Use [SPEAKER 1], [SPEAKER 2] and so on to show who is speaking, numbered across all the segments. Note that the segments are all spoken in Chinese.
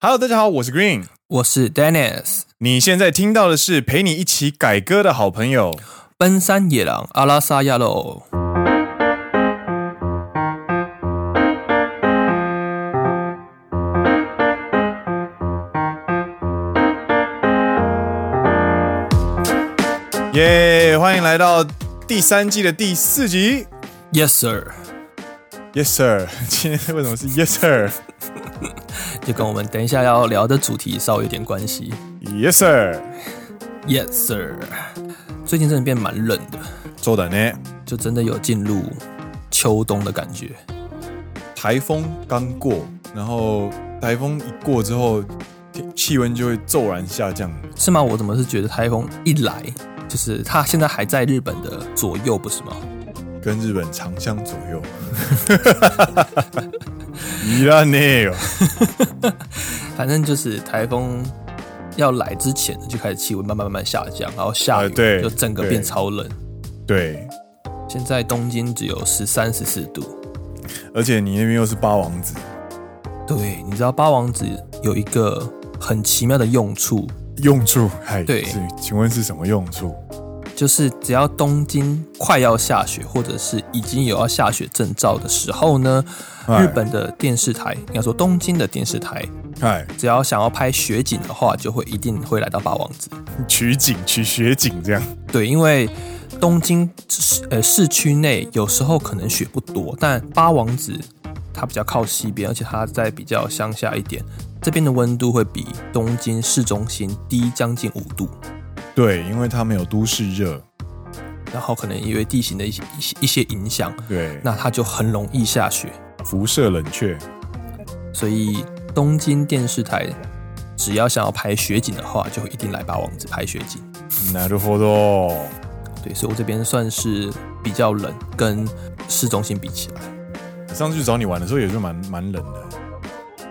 [SPEAKER 1] Hello，大家好，我是 Green。
[SPEAKER 2] 我是 Dennis，
[SPEAKER 1] 你现在听到的是陪你一起改歌的好朋友。
[SPEAKER 2] 奔山野狼阿拉萨亚喽。
[SPEAKER 1] 耶、欢迎来到第三季的第四集。
[SPEAKER 2] Yes sir，
[SPEAKER 1] Yes sir，今 天为什么是 Yes sir？Yes
[SPEAKER 2] 就跟我们等一下要聊的主题稍微有点关系。
[SPEAKER 1] sir，
[SPEAKER 2] Yes sir，最近真的变蛮冷的，
[SPEAKER 1] そうだね。
[SPEAKER 2] 就真的有进入秋冬的感觉。
[SPEAKER 1] 台风刚过，然后台风一过之后，天气温就会骤然下降。
[SPEAKER 2] 是吗？我怎么是觉得台风一来，就是它现在还在日本的左右，不是吗？
[SPEAKER 1] 跟日本长相左右。 いらねえよ。
[SPEAKER 2] 反正就是台风要来之前就开始气温慢慢慢慢下降，然后下雨、
[SPEAKER 1] 呃对
[SPEAKER 2] 就整个变
[SPEAKER 1] 对
[SPEAKER 2] 超冷。
[SPEAKER 1] 对，
[SPEAKER 2] 现在东京只有十三、十四度。
[SPEAKER 1] 而且你那边又是八王子，
[SPEAKER 2] 对，你知道八王子有一个很奇妙的用处，
[SPEAKER 1] 用处嗨，
[SPEAKER 2] 对
[SPEAKER 1] 是，请问是什么用处？
[SPEAKER 2] 就是只要东京快要下雪，或者是已经有要下雪征兆的时候呢，
[SPEAKER 1] 哎
[SPEAKER 2] 日本的电视台，应该说东京的电视台，
[SPEAKER 1] 嗨，
[SPEAKER 2] 只要想要拍雪景的话，就会一定会来到八王子。
[SPEAKER 1] 取景取雪景这样。
[SPEAKER 2] 对，因为东京市呃市区内有时候可能雪不多，但八王子它比较靠西边，而且它在比较乡下一点，这边的温度会比东京市中心低将近五度。
[SPEAKER 1] 对，因为它没有都市热。
[SPEAKER 2] 然后可能因为地形的一些一些一些影响，
[SPEAKER 1] 对，
[SPEAKER 2] 那它就很容易下雪。
[SPEAKER 1] 辐射冷却。
[SPEAKER 2] 所以东京电视台只要想要拍雪景的话，就会一定来八王子拍雪景。
[SPEAKER 1] なるほど。
[SPEAKER 2] 对，所以我这边算是比较冷，跟市中心比起来，
[SPEAKER 1] 上次去找你玩的时候也是蛮蛮冷的。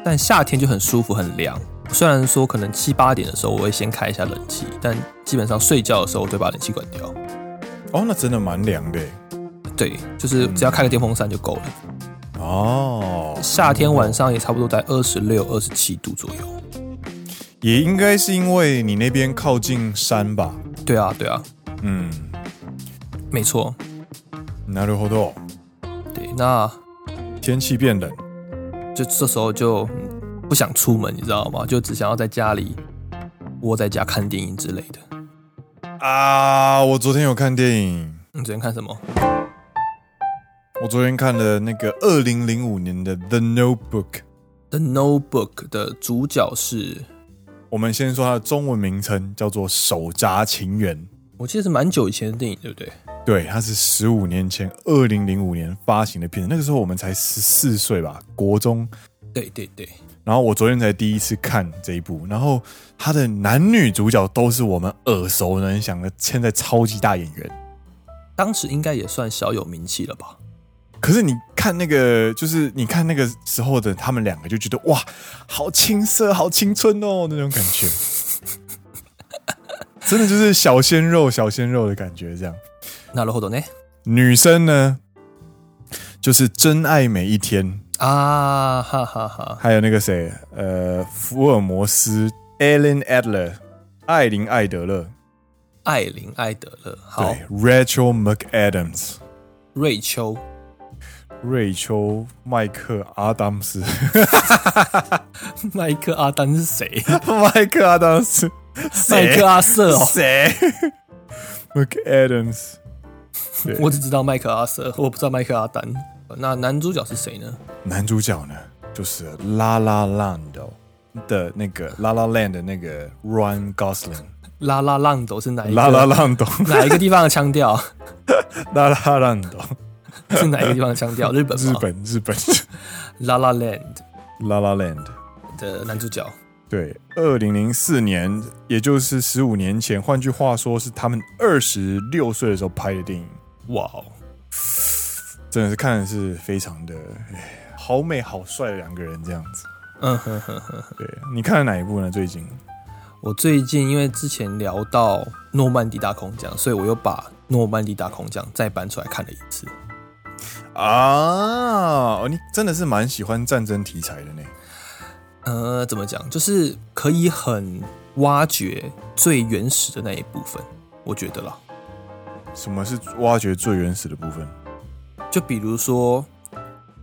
[SPEAKER 2] 但夏天就很舒服很凉。虽然说可能七八点的时候我会先开一下冷气，但基本上睡觉的时候我就把冷气关掉。
[SPEAKER 1] 哦，那真的蛮凉的耶。
[SPEAKER 2] 对，就是只要开个电风扇就够了。
[SPEAKER 1] 哦，
[SPEAKER 2] 夏天晚上也差不多在二十六、二十七度左右。
[SPEAKER 1] 也应该是因为你那边靠近山吧？
[SPEAKER 2] 对啊，对啊，
[SPEAKER 1] 嗯，
[SPEAKER 2] 没错。
[SPEAKER 1] なるほど。
[SPEAKER 2] 对，那
[SPEAKER 1] 天气变冷，
[SPEAKER 2] 就这时候就嗯不想出门，你知道吗？就只想要在家里窝在家看电影之类的。
[SPEAKER 1] 啊！我昨天有看电影，
[SPEAKER 2] 你昨天看什么？
[SPEAKER 1] 我昨天看了那个二零零五年的《The Notebook》。
[SPEAKER 2] 《The Notebook》的主角是，
[SPEAKER 1] 我们先说它的中文名称叫做《手札情缘》，
[SPEAKER 2] 我记得是蛮久以前的电影，对不对？
[SPEAKER 1] 对，它是十五年前，二零零五年发行的片子。那个时候我们才十四岁吧，国中。
[SPEAKER 2] 对对对，
[SPEAKER 1] 然后我昨天才第一次看这一部，然后它的男女主角都是我们耳熟能详的现在超级大演员。
[SPEAKER 2] 当时应该也算小有名气了吧？
[SPEAKER 1] 可是你看那个，就是你看那个时候的他们两个，就觉得哇，好青涩，好青春哦，那种感觉，真的就是小鲜肉、小鲜肉的感觉，这样。
[SPEAKER 2] 那然后呢？
[SPEAKER 1] 女生呢，就是真爱每一天，
[SPEAKER 2] 啊哈哈哈！
[SPEAKER 1] 还有那个谁，呃，福尔摩斯 （Alan Adler）、艾琳·艾德勒，
[SPEAKER 2] 艾琳·艾德勒，好，
[SPEAKER 1] 对，Rachel McAdams、
[SPEAKER 2] 瑞秋，
[SPEAKER 1] 瑞秋·麦克·阿当斯、
[SPEAKER 2] 麦克阿丹是谁？
[SPEAKER 1] 麦克·阿当斯，
[SPEAKER 2] 麦
[SPEAKER 1] 谁
[SPEAKER 2] 克阿瑟 哦，
[SPEAKER 1] 谁 ？McAdams，对
[SPEAKER 2] 我只知道麦克阿瑟，我不知道麦克阿丹。那男主角是谁呢？
[SPEAKER 1] 男主角呢，就是《La La Land》的哦那个《La La Land》的那个 Ryan Gosling，
[SPEAKER 2] 拉拉浪斗是哪
[SPEAKER 1] 《
[SPEAKER 2] 一个？
[SPEAKER 1] La La Land》哦
[SPEAKER 2] 哪一个地方的腔调？
[SPEAKER 1] 拉拉烂斗，
[SPEAKER 2] 是哪一个地方的腔调？日本
[SPEAKER 1] 日
[SPEAKER 2] 吗？
[SPEAKER 1] 本日本
[SPEAKER 2] La La Land
[SPEAKER 1] La La Land，
[SPEAKER 2] 的男主角
[SPEAKER 1] 对，二零零四年，也就是十五年前，换句话说是他们二十六岁的时候拍的电影，
[SPEAKER 2] 哇哦，
[SPEAKER 1] 真的是看的是非常的，哎好美好帅的两个人这样子。
[SPEAKER 2] 嗯哼哼哼。
[SPEAKER 1] 对，你看了哪一部呢？最近
[SPEAKER 2] 我最近因为之前聊到诺曼底大空降，所以我又把诺曼底大空降再搬出来看了一次。
[SPEAKER 1] 啊，哦你真的是蛮喜欢战争题材的呢。
[SPEAKER 2] 呃，怎么讲，就是可以很挖掘最原始的那一部分，我觉得啦。
[SPEAKER 1] 什么是挖掘最原始的部分？
[SPEAKER 2] 就比如说，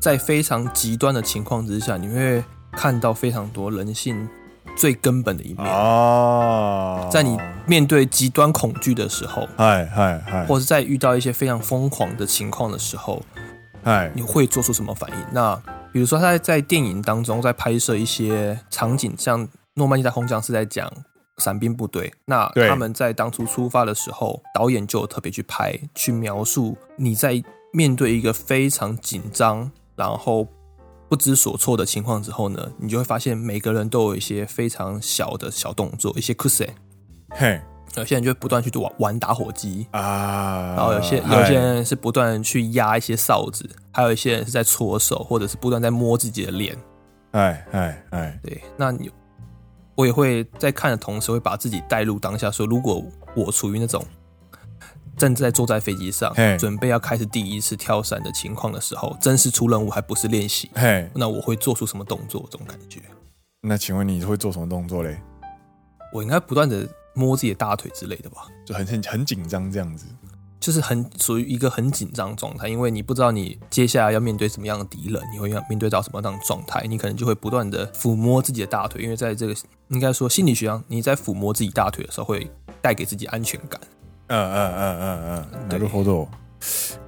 [SPEAKER 2] 在非常极端的情况之下，你会看到非常多人性最根本的一面。
[SPEAKER 1] 啊哦，
[SPEAKER 2] 在你面对极端恐惧的时候，
[SPEAKER 1] 嗨嗨嗨
[SPEAKER 2] 或者在遇到一些非常疯狂的情况的时候，
[SPEAKER 1] 嗨
[SPEAKER 2] 你会做出什么反应？那比如说他在在电影当中在拍摄一些场景，像《诺曼底大空降》是在讲伞兵部队，那
[SPEAKER 1] 对
[SPEAKER 2] 他们在当初出发的时候，导演就有特别去拍去描述你在面对一个非常紧张，然后。不知所措的情况之后呢，你就会发现每个人都有一些非常小的小动作，一些 c u s e
[SPEAKER 1] 嘿
[SPEAKER 2] 有些人就会不断去玩玩打火机，
[SPEAKER 1] 啊！
[SPEAKER 2] 哦然后有些有些人是不断地去压一些哨子，还有一些人是在搓手，或者是不断在摸自己的脸。
[SPEAKER 1] 嗨嗨嗨
[SPEAKER 2] 对，那你我也会在看的同时，会把自己带入当下，说如果我处于那种正在坐在飞机上
[SPEAKER 1] 嘿，
[SPEAKER 2] 准备要开始第一次跳伞的情况的时候，真是出任务还不是练习，
[SPEAKER 1] 嘿，
[SPEAKER 2] 那我会做出什么动作？这种感觉，
[SPEAKER 1] 那请问你会做什么动作嘞？
[SPEAKER 2] 我应该不断的摸自己的大腿之类的吧。
[SPEAKER 1] 就很很很紧张这样子。
[SPEAKER 2] 就是很属于一个很紧张的状态，因为你不知道你接下来要面对什么样的敌人，你会要面对到什么样的状态，你可能就会不断的抚摸自己的大腿，因为在这个应该说心理学上，你在抚摸自己大腿的时候会带给自己安全感。
[SPEAKER 1] 嗯嗯嗯嗯嗯，哪
[SPEAKER 2] 对
[SPEAKER 1] 个活动？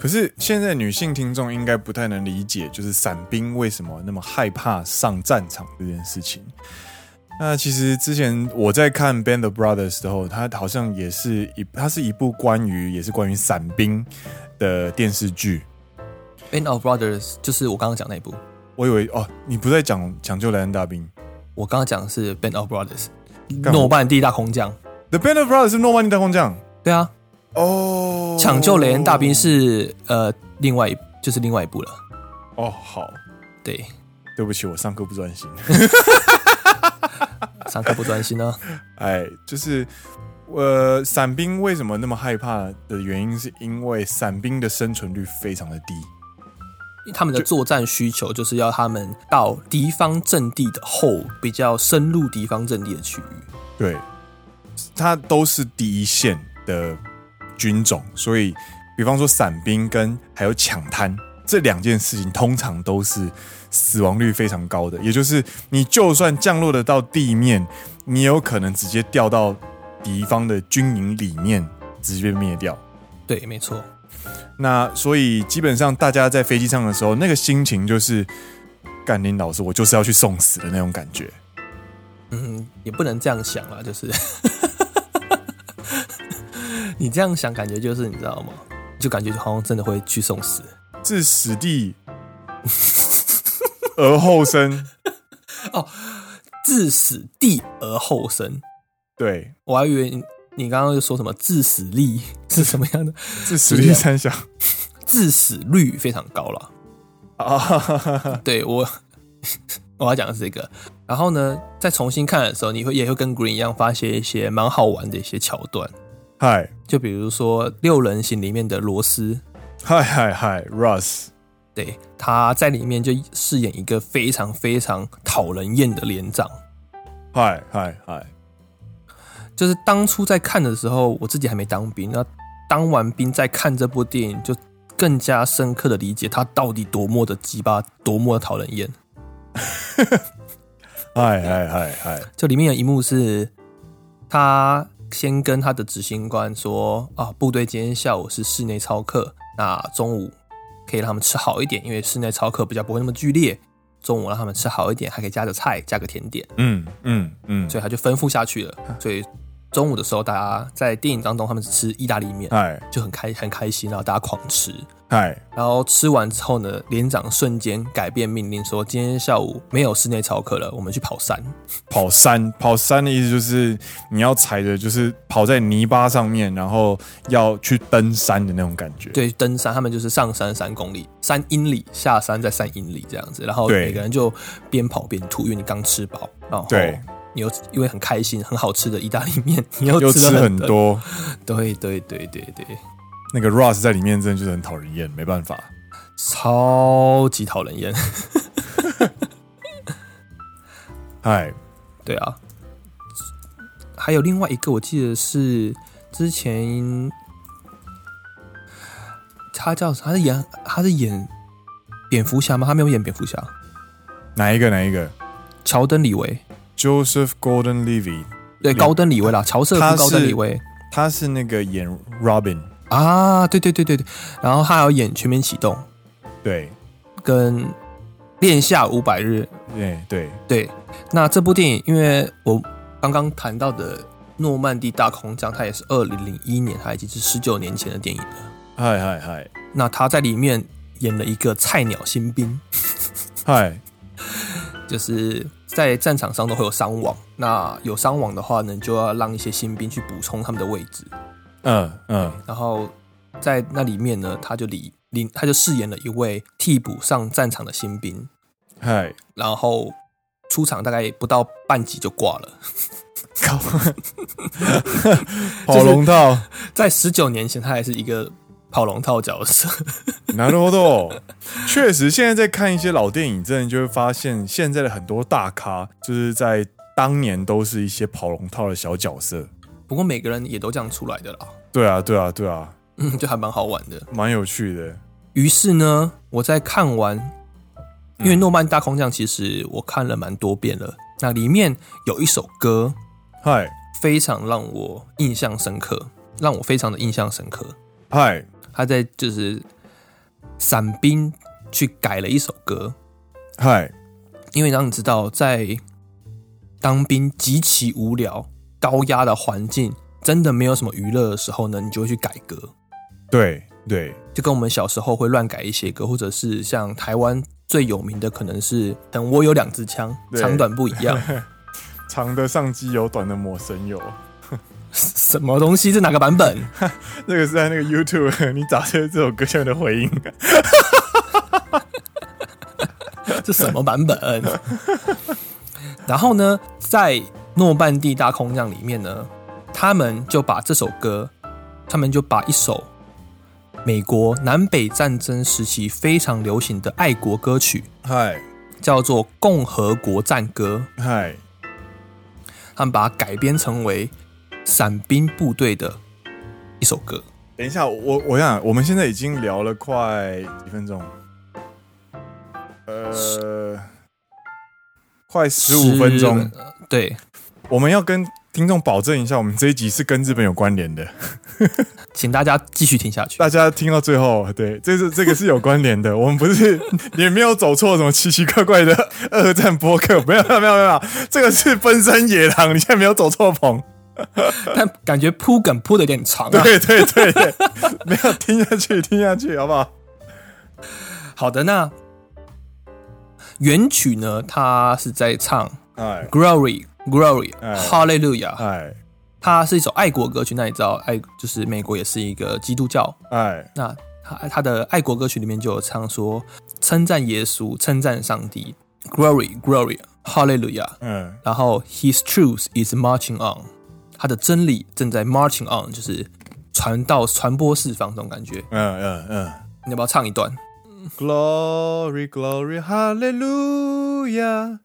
[SPEAKER 1] 可是现在女性听众应该不太能理解，就是伞兵为什么那么害怕上战场这件事情。那其实之前我在看《Band of Brothers》的时候，它好像也是一，它是一部关于也是关于伞兵的电视剧。
[SPEAKER 2] Band of Brothers 就是我刚刚讲那一部，
[SPEAKER 1] 我以为哦，你不在讲抢救莱恩大兵，
[SPEAKER 2] 我刚刚讲的是 Band of Brothers，
[SPEAKER 1] 干
[SPEAKER 2] 诺曼第大空降。
[SPEAKER 1] 《The Band of Brothers》是诺曼底大空降
[SPEAKER 2] 对啊，
[SPEAKER 1] 哦，
[SPEAKER 2] 抢救雷恩大兵是呃另外一就是另外一部了。
[SPEAKER 1] 哦，好，
[SPEAKER 2] 对，
[SPEAKER 1] 对不起，我上课不专心。
[SPEAKER 2] 上课不专心啊呢、
[SPEAKER 1] 哎，就是呃，伞兵为什么那么害怕的原因，是因为伞兵的生存率非常的低。
[SPEAKER 2] 他们的作战需求就是要他们到敌方阵地的后，比较深入敌方阵地的区域。
[SPEAKER 1] 对，它都是第一线的军种，所以比方说伞兵跟还有抢滩这两件事情，通常都是死亡率非常高的。也就是你就算降落得到地面，你有可能直接掉到敌方的军营里面，直接被灭掉。
[SPEAKER 2] 对，没错，
[SPEAKER 1] 那所以基本上大家在飞机上的时候，那个心情就是干林老师，我就是要去送死的那种感觉。
[SPEAKER 2] 嗯，也不能这样想啦，就是 你这样想，感觉就是你知道吗？就感觉好像真的会去送死。
[SPEAKER 1] 置死地而后生，
[SPEAKER 2] 致死地而后生，
[SPEAKER 1] 对，
[SPEAKER 2] 我还以为你你刚刚又说什么致死力是什么样的？
[SPEAKER 1] 置死地三小
[SPEAKER 2] 致死率非常高了。
[SPEAKER 1] 啊，哈哈哈
[SPEAKER 2] 对我， 我要讲的是这个。然后呢，再重新看的时候，你会也会跟 Green 一样，发现一些蛮好玩的一些桥段，
[SPEAKER 1] 嗨
[SPEAKER 2] 就比如说六人行里面的罗斯，
[SPEAKER 1] 嗨嗨嗨，Russ，
[SPEAKER 2] 对，他在里面就饰演一个非常非常讨人厌的连长。
[SPEAKER 1] 嗨嗨嗨，
[SPEAKER 2] 就是当初在看的时候，我自己还没当兵，那当完兵再看这部电影，就更加深刻的理解他到底多么的鸡巴，多么的讨人厌。
[SPEAKER 1] 嗨嗨嗨嗨，
[SPEAKER 2] 就里面有一幕是他先跟他的执行官说啊，部队今天下午是室内操课，那中午可以让他们吃好一点，因为室内操课比较不会那么剧烈。中午让他们吃好一点，还可以加个菜，加个甜点，
[SPEAKER 1] 嗯嗯嗯，
[SPEAKER 2] 所以他就吩咐下去了。所以中午的时候，大家在电影当中他们是吃意大利面，
[SPEAKER 1] 嗨
[SPEAKER 2] 就很开很开心，然后大家狂吃。
[SPEAKER 1] 嗨
[SPEAKER 2] 然后吃完之后呢，连长瞬间改变命令说，今天下午没有室内操课了，我们去跑山。
[SPEAKER 1] 跑山，跑山的意思就是你要踩着，就是跑在泥巴上面，然后要去登山的那种感觉。
[SPEAKER 2] 对，登山，他们就是上山三公里，三英里，下山再三英里这样子，然后
[SPEAKER 1] 对
[SPEAKER 2] 每个人就边跑边吐，因为你刚吃饱，然后
[SPEAKER 1] 对
[SPEAKER 2] 你又因为很开心，很好吃的意大利面，你又
[SPEAKER 1] 又
[SPEAKER 2] 吃
[SPEAKER 1] 吃
[SPEAKER 2] 了
[SPEAKER 1] 很
[SPEAKER 2] 多，
[SPEAKER 1] 多，
[SPEAKER 2] 对对对对对，
[SPEAKER 1] 那个 Russ 在里面真的就是很讨人厌，没办法。
[SPEAKER 2] 超级讨人厌。
[SPEAKER 1] 哎，
[SPEAKER 2] 对啊，还有另外一个，我记得是之前他叫他是演他是演蝙蝠侠吗？他没有演蝙蝠侠，
[SPEAKER 1] 哪一个哪一个
[SPEAKER 2] 乔登李维，
[SPEAKER 1] ？Joseph Gordon Levy，
[SPEAKER 2] 对，
[SPEAKER 1] 李
[SPEAKER 2] 高登李维啦，乔瑟
[SPEAKER 1] 他
[SPEAKER 2] 夫
[SPEAKER 1] 是
[SPEAKER 2] 高登李维
[SPEAKER 1] 他是那个演 Robin，
[SPEAKER 2] 啊，对对对对对，然后他还有演《全面启动》
[SPEAKER 1] 对，
[SPEAKER 2] 跟《恋下五百日》，
[SPEAKER 1] 对哎对，
[SPEAKER 2] 对，那这部电影，因为我刚刚谈到的《诺曼底大空降》，它也是二零零一年，它已经是十九年前的电影了。
[SPEAKER 1] 嗨嗨嗨
[SPEAKER 2] 那他在里面演了一个菜鸟新兵，
[SPEAKER 1] 嗨，
[SPEAKER 2] 就是在战场上都会有伤亡。那有伤亡的话呢，就要让一些新兵去补充他们的位置。
[SPEAKER 1] 嗯嗯，
[SPEAKER 2] 然后在那里面呢，他就里领他就饰演了一位替补上战场的新兵，
[SPEAKER 1] 嗨，
[SPEAKER 2] 然后出场大概不到半集就挂了。
[SPEAKER 1] 靠，跑龙套，
[SPEAKER 2] 在十九年前，他还是一个跑龙套角色。
[SPEAKER 1] 拿罗豆，确实，现在在看一些老电影，真的就会发现，现在的很多大咖就是在当年都是一些跑龙套的小角色。
[SPEAKER 2] 不过每个人也都这样出来的啦，
[SPEAKER 1] 对啊，对啊，对啊，
[SPEAKER 2] 嗯，就还蛮好玩的。
[SPEAKER 1] 蛮有趣的。
[SPEAKER 2] 于是呢，我在看完，因为《诺曼大空降》其实我看了蛮多遍了，那里面有一首歌
[SPEAKER 1] 嗨
[SPEAKER 2] 非常让我印象深刻，让我非常的印象深刻。
[SPEAKER 1] 嗨，
[SPEAKER 2] 他在就是伞兵去改了一首歌，
[SPEAKER 1] 嗨，
[SPEAKER 2] 因为让你知道，在当兵极其无聊、高压的环境，真的没有什么娱乐的时候呢，你就会去改歌，
[SPEAKER 1] 对对，
[SPEAKER 2] 就跟我们小时候会乱改一些歌，或者是像台湾最有名的可能是“等我有两支枪，
[SPEAKER 1] 对
[SPEAKER 2] 长短不一样
[SPEAKER 1] 长的上机油，短的抹神油。”
[SPEAKER 2] 什么东西？这哪个版本？
[SPEAKER 1] 那个是在那个 YouTube，你 找出这首歌下面的回音。
[SPEAKER 2] 这什么版本？ 然后呢，在诺曼底大空降里面呢，他们就把这首歌，他们就把一首美国南北战争时期非常流行的爱国歌曲，
[SPEAKER 1] 嗨
[SPEAKER 2] 叫做《共和国战歌
[SPEAKER 1] 嗨，》，
[SPEAKER 2] 他们把它改编成为伞兵部队的一首歌。
[SPEAKER 1] 等一下，我我想，我们现在已经聊了快几分钟，呃，快十五分钟。
[SPEAKER 2] 呃，对，
[SPEAKER 1] 我们要跟听众保证一下，我们这一集是跟日本有关联的。
[SPEAKER 2] 请大家继续听下去。
[SPEAKER 1] 大家听到最后，对，这是这个是有关联的。我们不是也没有走错什么奇奇怪怪的二战播客，没有没有没有没有，这个是奔山野狼，你现在没有走错棚。
[SPEAKER 2] 但感觉铺梗铺的有点长啊。
[SPEAKER 1] 对对对对，没有听下去，听下去，好不好？
[SPEAKER 2] 好的，那原曲呢，它是在唱
[SPEAKER 1] 哎
[SPEAKER 2] Glory Glory
[SPEAKER 1] 哎
[SPEAKER 2] Hallelujah，
[SPEAKER 1] 哎
[SPEAKER 2] 它是一首爱国歌曲。那你知道，爱就是美国也是一个基督教，
[SPEAKER 1] 哎，
[SPEAKER 2] 那它它的爱国歌曲里面就有唱说称赞耶稣，称赞上帝，Glory Glory Hallelujah，
[SPEAKER 1] 嗯，
[SPEAKER 2] 然后 His truth is marching on，他的真理正在 marching on，就是传到传播释放这种感觉。
[SPEAKER 1] 嗯嗯嗯
[SPEAKER 2] 你要不要唱一段？
[SPEAKER 1] ，Glory Glory Hallelujah。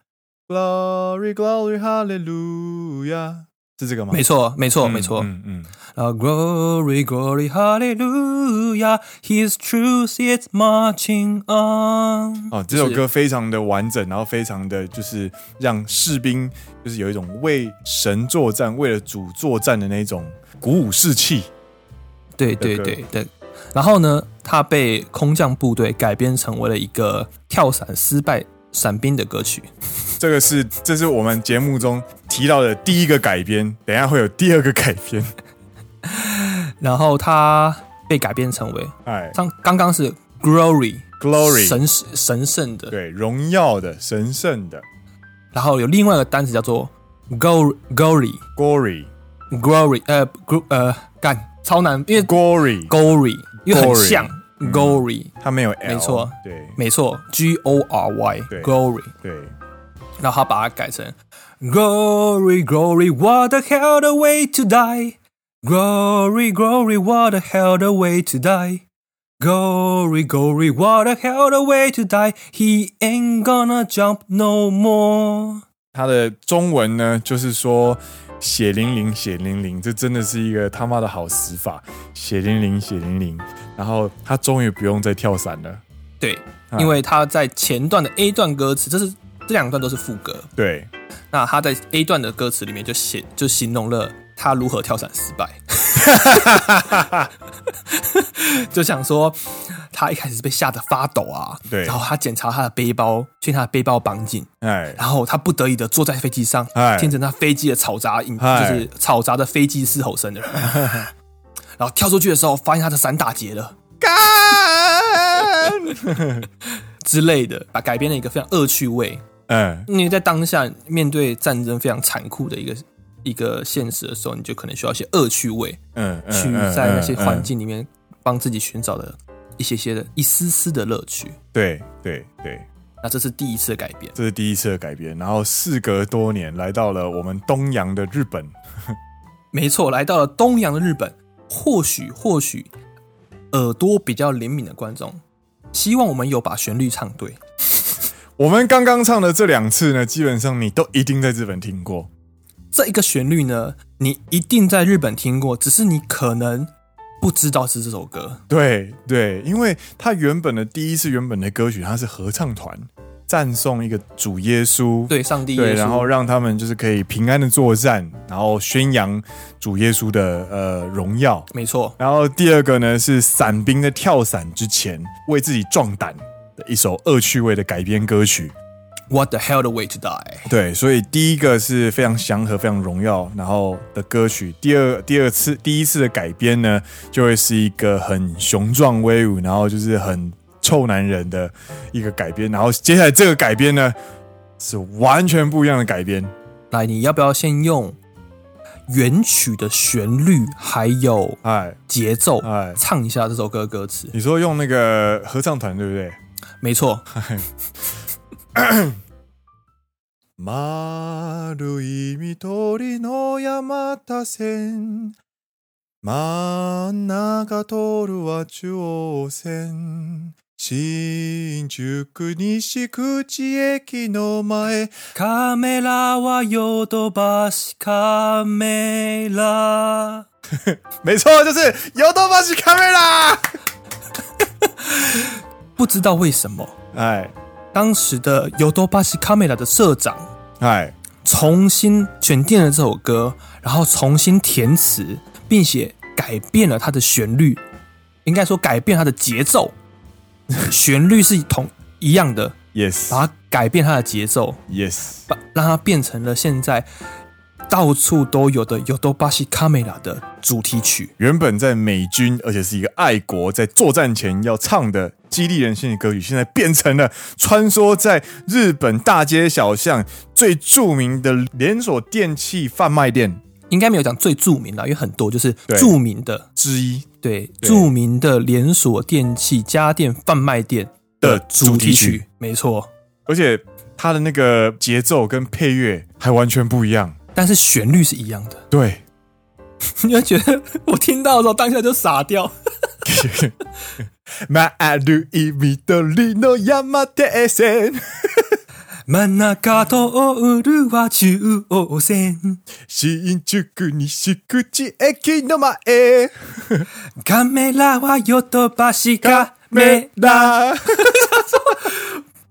[SPEAKER 1] Glory, glory, hallelujah，是这个吗？
[SPEAKER 2] 没错，没错，没错。
[SPEAKER 1] 嗯嗯，
[SPEAKER 2] 然后啊 Glory, glory, hallelujah, His truth is marching on。
[SPEAKER 1] 哦，这首歌非常的完整，然后非常的就是让士兵就是有一种为神作战、为了主作战的那种鼓舞士 气。
[SPEAKER 2] 对对
[SPEAKER 1] 这个
[SPEAKER 2] 对对。然后呢，它被空降部队改编成为了一个跳伞失败伞兵的歌曲。
[SPEAKER 1] 这个是这是我们节目中提到的第一个改编，等一下会有第二个改编。
[SPEAKER 2] 然后它被改编成为
[SPEAKER 1] 哎
[SPEAKER 2] 刚刚刚是 Glory
[SPEAKER 1] ，Glory，
[SPEAKER 2] 神神圣的，
[SPEAKER 1] 对，荣耀的、神圣的
[SPEAKER 2] 然后有另外一个单词叫做 Glory Glory
[SPEAKER 1] ，Glory，Glory，
[SPEAKER 2] Glory，呃 Gro 呃干超难，因为 Glory 因为很
[SPEAKER 1] Glory，
[SPEAKER 2] 像
[SPEAKER 1] 嗯
[SPEAKER 2] Glory。
[SPEAKER 1] 它没有 L，
[SPEAKER 2] 没错
[SPEAKER 1] 对
[SPEAKER 2] 没错，G O R Y
[SPEAKER 1] 对
[SPEAKER 2] Glory，
[SPEAKER 1] 对，
[SPEAKER 2] 然后他把它改成 Glory Glory What the hell the way to die Glory Glory What the hell the way to die Glory Glory What the hell the way to die He ain't gonna jump no more
[SPEAKER 1] 它的中文呢，就是说血淋淋，血淋淋，这真的是一个他妈的好死法，血淋淋，血淋淋。然后他终于不用再跳伞了，
[SPEAKER 2] 对，
[SPEAKER 1] 啊
[SPEAKER 2] 因为他在前段的 A 段歌词，这是这两段都是副歌。
[SPEAKER 1] 对，
[SPEAKER 2] 那他在 A 段的歌词里面就写就形容了他如何跳伞失败， 就想说他一开始是被吓得发抖啊，
[SPEAKER 1] 对
[SPEAKER 2] 然后他检查他的背包，确定他的背包绑紧，
[SPEAKER 1] 哎，
[SPEAKER 2] 然后他不得已的坐在飞机上
[SPEAKER 1] 哎，
[SPEAKER 2] 听着那飞机的嘈杂音，
[SPEAKER 1] 哎
[SPEAKER 2] 就是嘈杂的飞机嘶吼声的，然后跳出去的时候发现他的伞打结了。
[SPEAKER 1] 干，
[SPEAKER 2] 之类的，把改编了一个非常恶趣味，
[SPEAKER 1] 嗯，
[SPEAKER 2] 因为在当下面对战争非常残酷的一个一个现实的时候，你就可能需要一些恶趣味，
[SPEAKER 1] 嗯嗯，
[SPEAKER 2] 去
[SPEAKER 1] 嗯
[SPEAKER 2] 在那些环，
[SPEAKER 1] 嗯
[SPEAKER 2] 境里面帮自己寻找的一些些的一丝丝的乐趣。
[SPEAKER 1] 嗯对对对，
[SPEAKER 2] 那这是第一次的改编，
[SPEAKER 1] 这是第一次的改编。然后事隔多年，来到了我们东洋的日本，
[SPEAKER 2] 没错，来到了东洋的日本，或许或许耳朵比较灵敏的观众，希望我们有把旋律唱对。
[SPEAKER 1] 我们刚刚唱的这两次呢，基本上你都一定在日本听过。
[SPEAKER 2] 这一个旋律呢，你一定在日本听过，只是你可能不知道是这首歌。
[SPEAKER 1] 对对，因为他原本的第一次原本的歌曲，它是合唱团赞颂一个主耶稣，
[SPEAKER 2] 对，上帝
[SPEAKER 1] 对，
[SPEAKER 2] 耶稣
[SPEAKER 1] 然后让他们就是可以平安的作战，然后宣扬主耶稣的呃荣耀。
[SPEAKER 2] 没错，
[SPEAKER 1] 然后第二个呢是伞兵在跳伞之前为自己壮胆的一首恶趣味的改编歌曲。
[SPEAKER 2] What the hell the way to die？
[SPEAKER 1] 对，所以第一个是非常祥和、非常荣耀，然后的歌曲。第二第二次第一次的改编呢，就会是一个很雄壮威武，然后就是很臭男人的一个改编。然后接下来这个改编呢，是完全不一样的改编。
[SPEAKER 2] 来，你要不要先用原曲的旋律还有
[SPEAKER 1] 哎
[SPEAKER 2] 节奏
[SPEAKER 1] 哎，
[SPEAKER 2] 唱一下这首歌的歌词？
[SPEAKER 1] 你说用那个合唱团对不对？
[SPEAKER 2] 没错，
[SPEAKER 1] 丸い緑の山田線真ん中通るは中央線新宿西口駅の前
[SPEAKER 2] カメラはヨドバシカメラ。
[SPEAKER 1] 没错，就是有多巴西卡梅拉。
[SPEAKER 2] 不知道为什么，
[SPEAKER 1] 哎
[SPEAKER 2] 当时的ヨドバシカメラ的社长
[SPEAKER 1] 哎，
[SPEAKER 2] 重新选定了这首歌，然后重新填词，并且改变了它的旋律，应该说改变它的节奏。旋律是同一样的，
[SPEAKER 1] yes
[SPEAKER 2] 把它改变它的节奏，
[SPEAKER 1] yes，
[SPEAKER 2] 把让它变成了现在到处都有的《Yodobashi Kamera》的主题曲。
[SPEAKER 1] 原本在美军，而且是一个爱国，在作战前要唱的激励人心的歌曲，现在变成了穿梭在日本大街小巷最著名的连锁电器贩卖店
[SPEAKER 2] 应该没有讲最著名的，因为很多就是
[SPEAKER 1] 对
[SPEAKER 2] 著名的，
[SPEAKER 1] 之一
[SPEAKER 2] 对著名的连锁电器家电贩卖店
[SPEAKER 1] 的
[SPEAKER 2] 主
[SPEAKER 1] 主
[SPEAKER 2] 题
[SPEAKER 1] 题
[SPEAKER 2] 曲
[SPEAKER 1] 曲，，
[SPEAKER 2] 没错。
[SPEAKER 1] 而且它的那个节奏跟配乐还完全不一样。
[SPEAKER 2] 但是旋律是一样的，
[SPEAKER 1] 对，
[SPEAKER 2] 你会觉得我听到的时候当下就 傻掉。
[SPEAKER 1] 马路一米的里诺亚马特森，
[SPEAKER 2] 真ん中通るは中央線
[SPEAKER 1] 新宿西口駅の前。
[SPEAKER 2] カメラはヨドバシカメ
[SPEAKER 1] 没啦。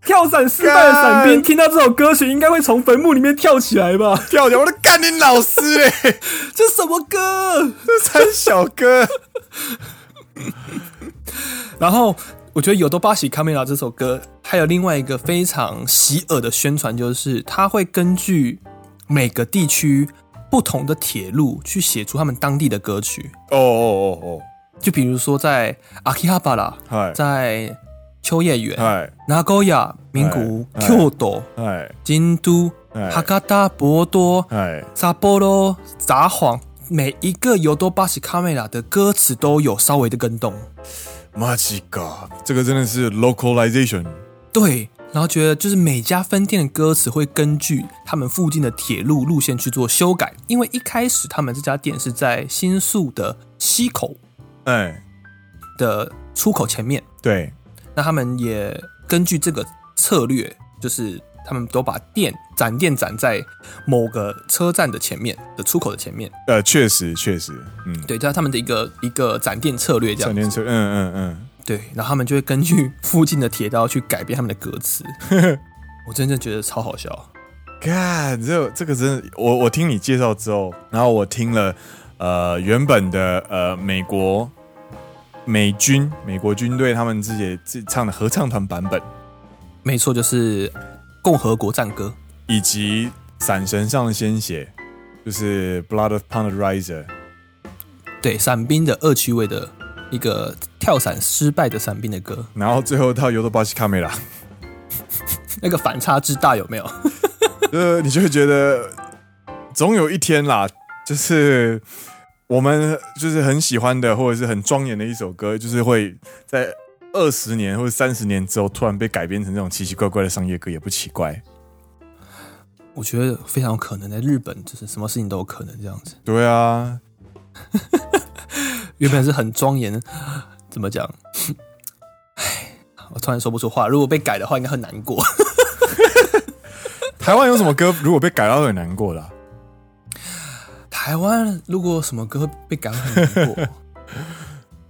[SPEAKER 2] 跳伞失败的伞兵听到这首歌曲，应该会从坟墓里面跳起来吧？
[SPEAKER 1] 跳脚，我都干你老师嘞、
[SPEAKER 2] 这什么歌？
[SPEAKER 1] 这三小哥，
[SPEAKER 2] 然后我觉得《有多巴西卡梅拉》这首歌还有另外一个非常洗耳的宣传，就是它会根据每个地区不同的铁路去写出他们当地的歌曲。
[SPEAKER 1] 哦哦哦
[SPEAKER 2] 就比如说在阿基哈巴拉，
[SPEAKER 1] 哦，嗨
[SPEAKER 2] 在秋叶原、
[SPEAKER 1] 嗨
[SPEAKER 2] 名古屋、名古屋、
[SPEAKER 1] 哎哎
[SPEAKER 2] Kyoto、
[SPEAKER 1] 嗨
[SPEAKER 2] 京都、
[SPEAKER 1] 哎
[SPEAKER 2] 哈嘎达、博多、
[SPEAKER 1] 嗨，
[SPEAKER 2] 札幌、札幌，每一个尤多巴西卡梅拉的歌词都有稍微的跟动，
[SPEAKER 1] 马吉嘎，这个真的是 localization，
[SPEAKER 2] 对，然后觉得就是每家分店的歌词会根据他们附近的铁路路线去做修改，因为一开始他们这家店是在新宿的西口
[SPEAKER 1] 哎，
[SPEAKER 2] 的出口前面，
[SPEAKER 1] 对，
[SPEAKER 2] 那他们也根据这个策略，就是他们都把店展店展在某个车站的前面的出口的前面，
[SPEAKER 1] 呃，确实确实，嗯，
[SPEAKER 2] 对，这是他们的一个一个展店策略这
[SPEAKER 1] 闪
[SPEAKER 2] 样
[SPEAKER 1] 电
[SPEAKER 2] 子。
[SPEAKER 1] 车，嗯嗯嗯，
[SPEAKER 2] 对，然后他们就会根据 附近的铁道去改变他们的歌词。 我真的觉得超好笑，
[SPEAKER 1] God，这这个真的，我我听你介绍之后，然后我听了呃原本的呃美国美军美国军队他们自己自己唱的合唱团版本，
[SPEAKER 2] 没错，就是共和国战歌。
[SPEAKER 1] 以及《伞神上的鲜血》，就是《Blood of Paradise》。
[SPEAKER 2] 对，伞兵的恶趣味的一个跳伞失败的伞兵的歌，
[SPEAKER 1] 然后最后到《尤多巴西卡梅拉》，
[SPEAKER 2] 那个反差之大有没有？
[SPEAKER 1] 呃， 你就会觉得总有一天啦，就是我们就是很喜欢的或者是很庄严的一首歌，就是会在二十年或者三十年之后突然被改编成这种奇奇怪怪的商业歌，也不奇怪。
[SPEAKER 2] 我觉得非常有可能，在日本就是什么事情都有可能这样子。
[SPEAKER 1] 对啊，
[SPEAKER 2] 原本是很庄严，怎么讲？唉，我突然说不出话。如果被改的话，应该很难过。
[SPEAKER 1] 台湾有什么歌如果被改到会很难过啦、啊
[SPEAKER 2] 台湾如果有什么歌被改会很难过，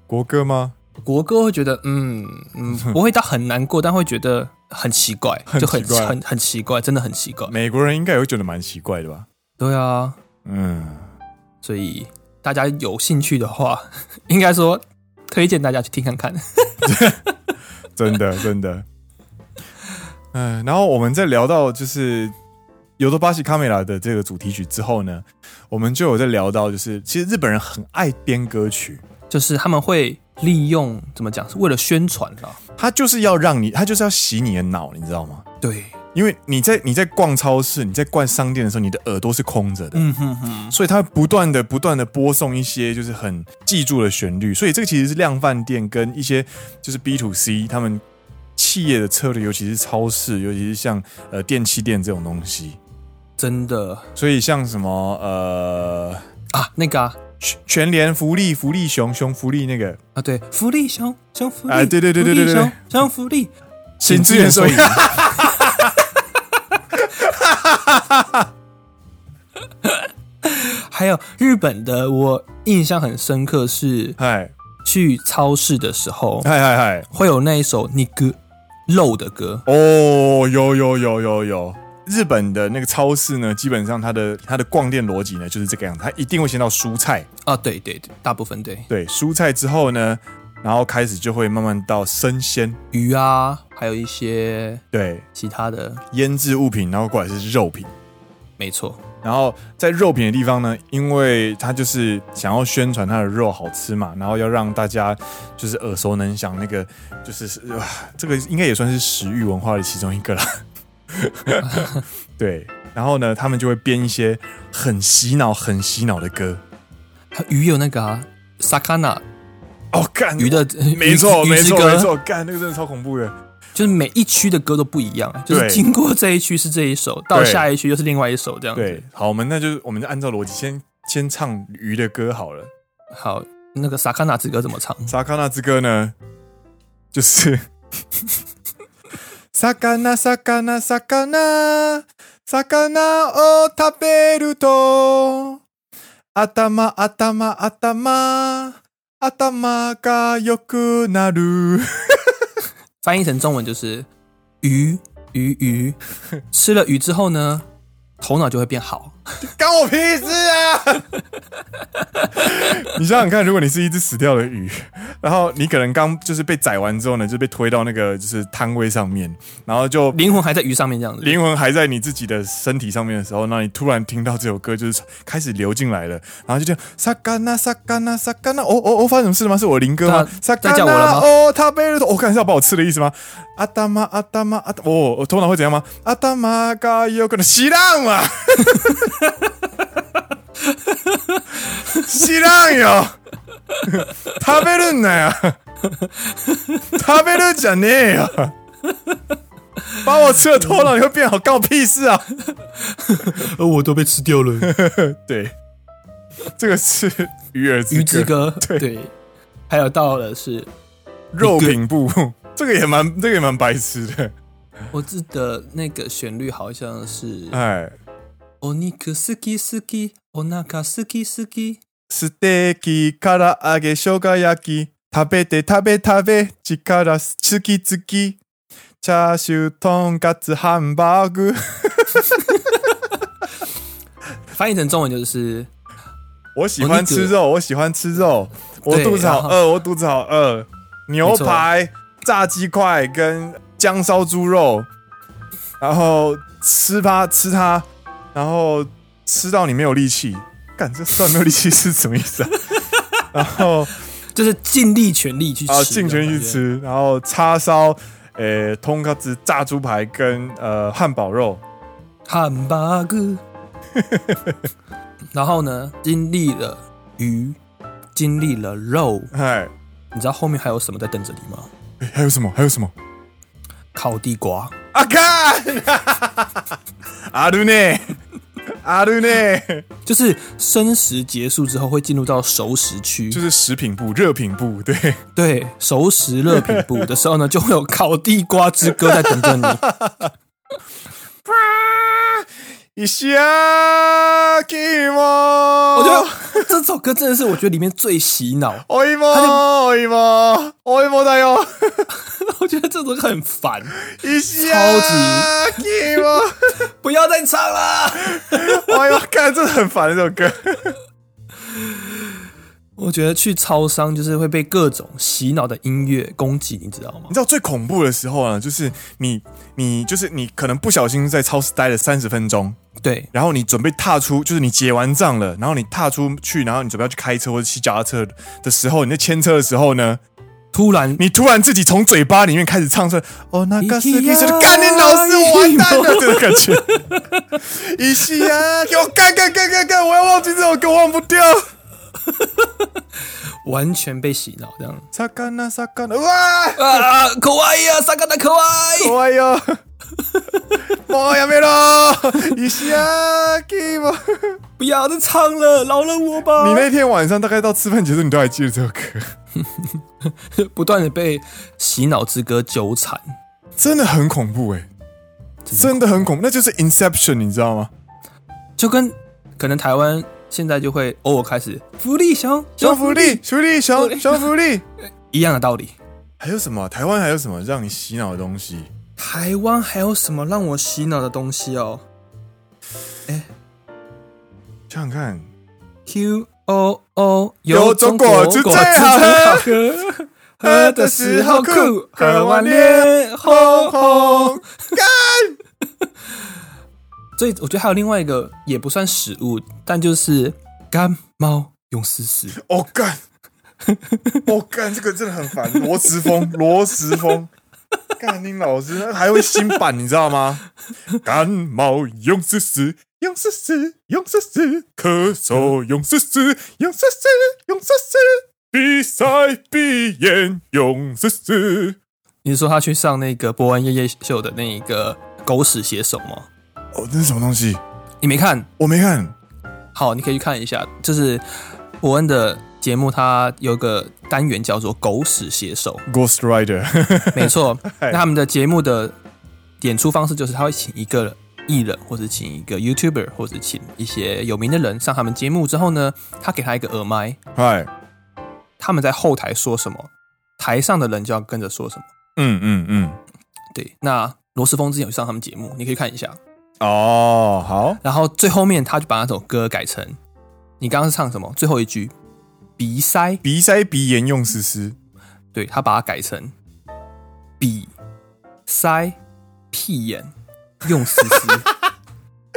[SPEAKER 1] 国歌吗？
[SPEAKER 2] 国歌会觉得嗯嗯， 不会到很难过，但会觉得很奇怪，
[SPEAKER 1] 很
[SPEAKER 2] 就很
[SPEAKER 1] 奇怪
[SPEAKER 2] 很很奇怪，真的很奇怪。
[SPEAKER 1] 美国人应该也会觉得蛮奇怪的吧？
[SPEAKER 2] 对啊，
[SPEAKER 1] 嗯，
[SPEAKER 2] 所以大家有兴趣的话， 应该说推荐大家去听看 看。
[SPEAKER 1] 真的真的。嗯，然后我们在聊到就是《尤多巴西卡梅拉》的这个主题曲之后呢，我们就有在聊到，就是其实日本人很爱编歌曲，
[SPEAKER 2] 就是他们会利用怎么讲，是为了宣传啊啦。
[SPEAKER 1] 他就是要让你，他就是要洗你的脑，你知道吗？
[SPEAKER 2] 对，
[SPEAKER 1] 因为你在你在逛超市、你在逛商店的时候，你的耳朵是空着的，
[SPEAKER 2] 嗯哼哼，
[SPEAKER 1] 所以他会不断的不断的播送一些就是很记住的旋律，所以这个其实是量贩店跟一些就是 B to C 他们企业的策略，尤其是超市，尤其是像呃电器店这种东西。
[SPEAKER 2] 真的
[SPEAKER 1] 所以像什么呃
[SPEAKER 2] 啊，那个啊
[SPEAKER 1] 全全联福利福利熊熊福利那个
[SPEAKER 2] 啊，对，福利熊，熊福利，
[SPEAKER 1] 哎对对对对对对对
[SPEAKER 2] 熊，熊福利，
[SPEAKER 1] 请支援收银，
[SPEAKER 2] 还有日本的，我印象很深刻是
[SPEAKER 1] 嗨
[SPEAKER 2] 去超市的时候，
[SPEAKER 1] 嗨嗨嗨，
[SPEAKER 2] 会有那一首你歌肉的歌，
[SPEAKER 1] 哦，有有有有有。日本的那个超市呢，基本上它的它的逛店逻辑呢就是这个样子，它一定会先到蔬菜，
[SPEAKER 2] 啊，对对对，大部分对
[SPEAKER 1] 对，蔬菜之后呢，然后开始就会慢慢到生鲜，
[SPEAKER 2] 鱼啊，还有一些
[SPEAKER 1] 对，
[SPEAKER 2] 其他的，
[SPEAKER 1] 腌制物品，然后过来是肉品，
[SPEAKER 2] 没错，
[SPEAKER 1] 然后在肉品的地方呢，因为它就是想要宣传它的肉好吃嘛，然后要让大家就是耳熟能详，那个就是、 哇这个应该也算是食欲文化的其中一个啦。 对，然后呢，他们就会编一些很洗脑、很洗脑的歌。
[SPEAKER 2] 还有鱼有那个啊，sakana
[SPEAKER 1] 哦，干
[SPEAKER 2] 鱼，的，
[SPEAKER 1] 没错，
[SPEAKER 2] 鱼
[SPEAKER 1] 没
[SPEAKER 2] 之
[SPEAKER 1] 错，
[SPEAKER 2] 歌
[SPEAKER 1] 没，错，干那个真的超恐怖的。
[SPEAKER 2] 就是每一区的歌都不一样，就
[SPEAKER 1] 对
[SPEAKER 2] 是经过这一区是这一首，到
[SPEAKER 1] 对
[SPEAKER 2] 下一区又是另外一首，这样子
[SPEAKER 1] 对。，好，我们那就是我们就按照逻辑先先唱鱼的歌好了。
[SPEAKER 2] 好，那个萨卡纳之歌怎么唱？
[SPEAKER 1] 萨卡纳之歌呢，就是 萨卡纳萨卡纳萨卡纳萨卡纳を食べると頭頭頭頭が良くなる。
[SPEAKER 2] 翻译成中文就是鱼鱼 鱼，吃了鱼之后呢，头脑就会变好。
[SPEAKER 1] 干我屁事啊！ 你想想看，如果你是一只死掉的鱼，然后你可能刚就是被宰完之后呢，就被推到那个就是摊位上面，然后就
[SPEAKER 2] 灵魂还在鱼上面这样子。
[SPEAKER 1] 灵魂还在你自己的身体上面的时候，那你突然听到这首歌，就是开始流进来了，然后就这样萨嘎那萨嘎那萨嘎那，哦哦哦，发生什么事了吗？是我林哥吗？萨嘎
[SPEAKER 2] 在在叫我了
[SPEAKER 1] 那
[SPEAKER 2] 吗
[SPEAKER 1] 哦，他被了，我、哦、看是要把我吃的意思吗？阿达玛阿达玛阿达，哦，我头脑会怎样吗？阿达玛嘎有可能西浪嘛，西浪哟，食べるんだよ，食べるんじゃねえよ。把我吃了脱了，你会变好，干我屁事啊！
[SPEAKER 2] 呃，我都被吃掉了。
[SPEAKER 1] 对，这个是鱼儿
[SPEAKER 2] 鱼之
[SPEAKER 1] 歌
[SPEAKER 2] 歌，
[SPEAKER 1] 对
[SPEAKER 2] 对。还有到了是
[SPEAKER 1] 肉品部，这个也蛮这个也蛮白痴的。
[SPEAKER 2] 我记得那个旋律好像是
[SPEAKER 1] 哎
[SPEAKER 2] “お肉好き好き，お腹好き好き
[SPEAKER 1] ，steak 卡拉阿给修嘎亚基，食べて食べ食べ，チカラスツキツキ，チャーシューとんかつハンバーグ。”，
[SPEAKER 2] 翻译成中文就是
[SPEAKER 1] 我喜欢吃肉，我喜欢吃肉，我
[SPEAKER 2] 对
[SPEAKER 1] 肚子好
[SPEAKER 2] 然
[SPEAKER 1] 饿，我肚子好饿。牛排、炸鸡块跟姜烧猪肉，然后吃它吃它，然后吃到你没有力气。干这算没有力气是什么意思啊？然后
[SPEAKER 2] 就是尽力全力去吃，
[SPEAKER 1] 啊，尽全力去。吃，然后叉烧、呃，通卡子、炸猪排跟呃汉堡肉，
[SPEAKER 2] 汉堡哥。然后呢，经历了鱼，经历了肉，
[SPEAKER 1] 哎，
[SPEAKER 2] 你知道后面还有什么在等着你吗？
[SPEAKER 1] 哎还有什么？还有什么？
[SPEAKER 2] 烤地瓜。
[SPEAKER 1] 啊干！ 阿鲁内，阿鲁内，
[SPEAKER 2] 就是生食结束之后会进入到熟食区，
[SPEAKER 1] 就是食品部、热品部，对，
[SPEAKER 2] 对熟食热品部的时候呢，就会有烤地瓜之歌在等着 你。
[SPEAKER 1] 一下キモ，
[SPEAKER 2] 我觉得这首歌真的是我觉得里面最洗脑，
[SPEAKER 1] お芋お芋お芋だよ，
[SPEAKER 2] 我觉得这首歌很烦，
[SPEAKER 1] 一下
[SPEAKER 2] 超
[SPEAKER 1] キモ，
[SPEAKER 2] 不要再唱啦。
[SPEAKER 1] 哎呦，看这很烦这首歌，
[SPEAKER 2] 我觉得去超商就是会被各种洗脑的音乐攻击，你知道吗
[SPEAKER 1] 你？知道最恐怖的时候呢，啊就是你你就是你可能不小心在超市待了三十分钟，
[SPEAKER 2] 对，
[SPEAKER 1] 然后你准备踏出，就是你结完账了，然后你踏出去，然后你准备要去开车或者骑脚踏车的时候，你在牵车的时候呢，
[SPEAKER 2] 突然
[SPEAKER 1] 你突然自己从嘴巴里面开始唱出来，哦，那个是你说干你老师，我完蛋了，这个感觉。一夕啊，给我干干干干干，我要忘记这首歌，忘不掉。
[SPEAKER 2] 完全被洗脑这样。
[SPEAKER 1] 萨干那萨干那，哇，
[SPEAKER 2] 啊，可爱呀，萨嘎达可爱。
[SPEAKER 1] 我哟，我やめろ。一夕啊，给我。
[SPEAKER 2] 不要再唱了，饶了我吧！
[SPEAKER 1] 你那天晚上大概到吃饭结束，你都还记得这首歌，
[SPEAKER 2] 不断的被洗脑之歌纠缠，
[SPEAKER 1] 真的很恐怖哎、真的很恐怖，那就是 Inception，你知道吗？
[SPEAKER 2] 就跟可能台湾现在就会偶尔开始福利熊
[SPEAKER 1] 小福利，福利，小
[SPEAKER 2] 福利
[SPEAKER 1] 小福利。
[SPEAKER 2] 一样的道理。
[SPEAKER 1] 还有什么？台湾还有什么让你洗脑的东西？
[SPEAKER 2] 台湾还有什么让我洗脑的东西哦
[SPEAKER 1] 想想看，
[SPEAKER 2] ？Q O O
[SPEAKER 1] 有中国
[SPEAKER 2] 中
[SPEAKER 1] 最好喝
[SPEAKER 2] 喝， 喝的时候哭，喝完脸
[SPEAKER 1] 轰
[SPEAKER 2] 红红。
[SPEAKER 1] 轰干！
[SPEAKER 2] 所以我觉得还有另外一个也不算食物，但就是干猫用丝丝。
[SPEAKER 1] 哦干！ 哦干！这个真的很烦。罗时峰，罗时峰，干你老师那还会新版，你知道吗？感冒用试试，用试试，用试试，咳嗽用试试，用试试，用试试，鼻塞鼻炎用试试。
[SPEAKER 2] 你是说他去上那个伯恩夜夜秀的那一个狗屎写手吗？
[SPEAKER 1] 哦，这是什么东西？
[SPEAKER 2] 你没看？
[SPEAKER 1] 我没看。
[SPEAKER 2] 好，你可以去看一下，就是伯恩的节目，它有个单元叫做“狗屎写手
[SPEAKER 1] Ghost Rider，”，
[SPEAKER 2] 没错。
[SPEAKER 1] 嗨
[SPEAKER 2] 那他们的节目的演出方式就是他会请一个艺人，或者请一个 YouTuber，或者请一些有名的人上他们节目之后呢，他给他一个耳麦，
[SPEAKER 1] 嗨，
[SPEAKER 2] 他们在后台说什么，台上的人就要跟着说什么。
[SPEAKER 1] 嗯嗯嗯，
[SPEAKER 2] 对，那罗斯峰之前有上他们节目，你可以看一下。
[SPEAKER 1] 哦，好，
[SPEAKER 2] 然后最后面他就把那首歌改成，你刚刚是唱什么？最后一句鼻塞。
[SPEAKER 1] 鼻塞鼻炎用思思，
[SPEAKER 2] 对他把它改成比塞屁眼用丝丝。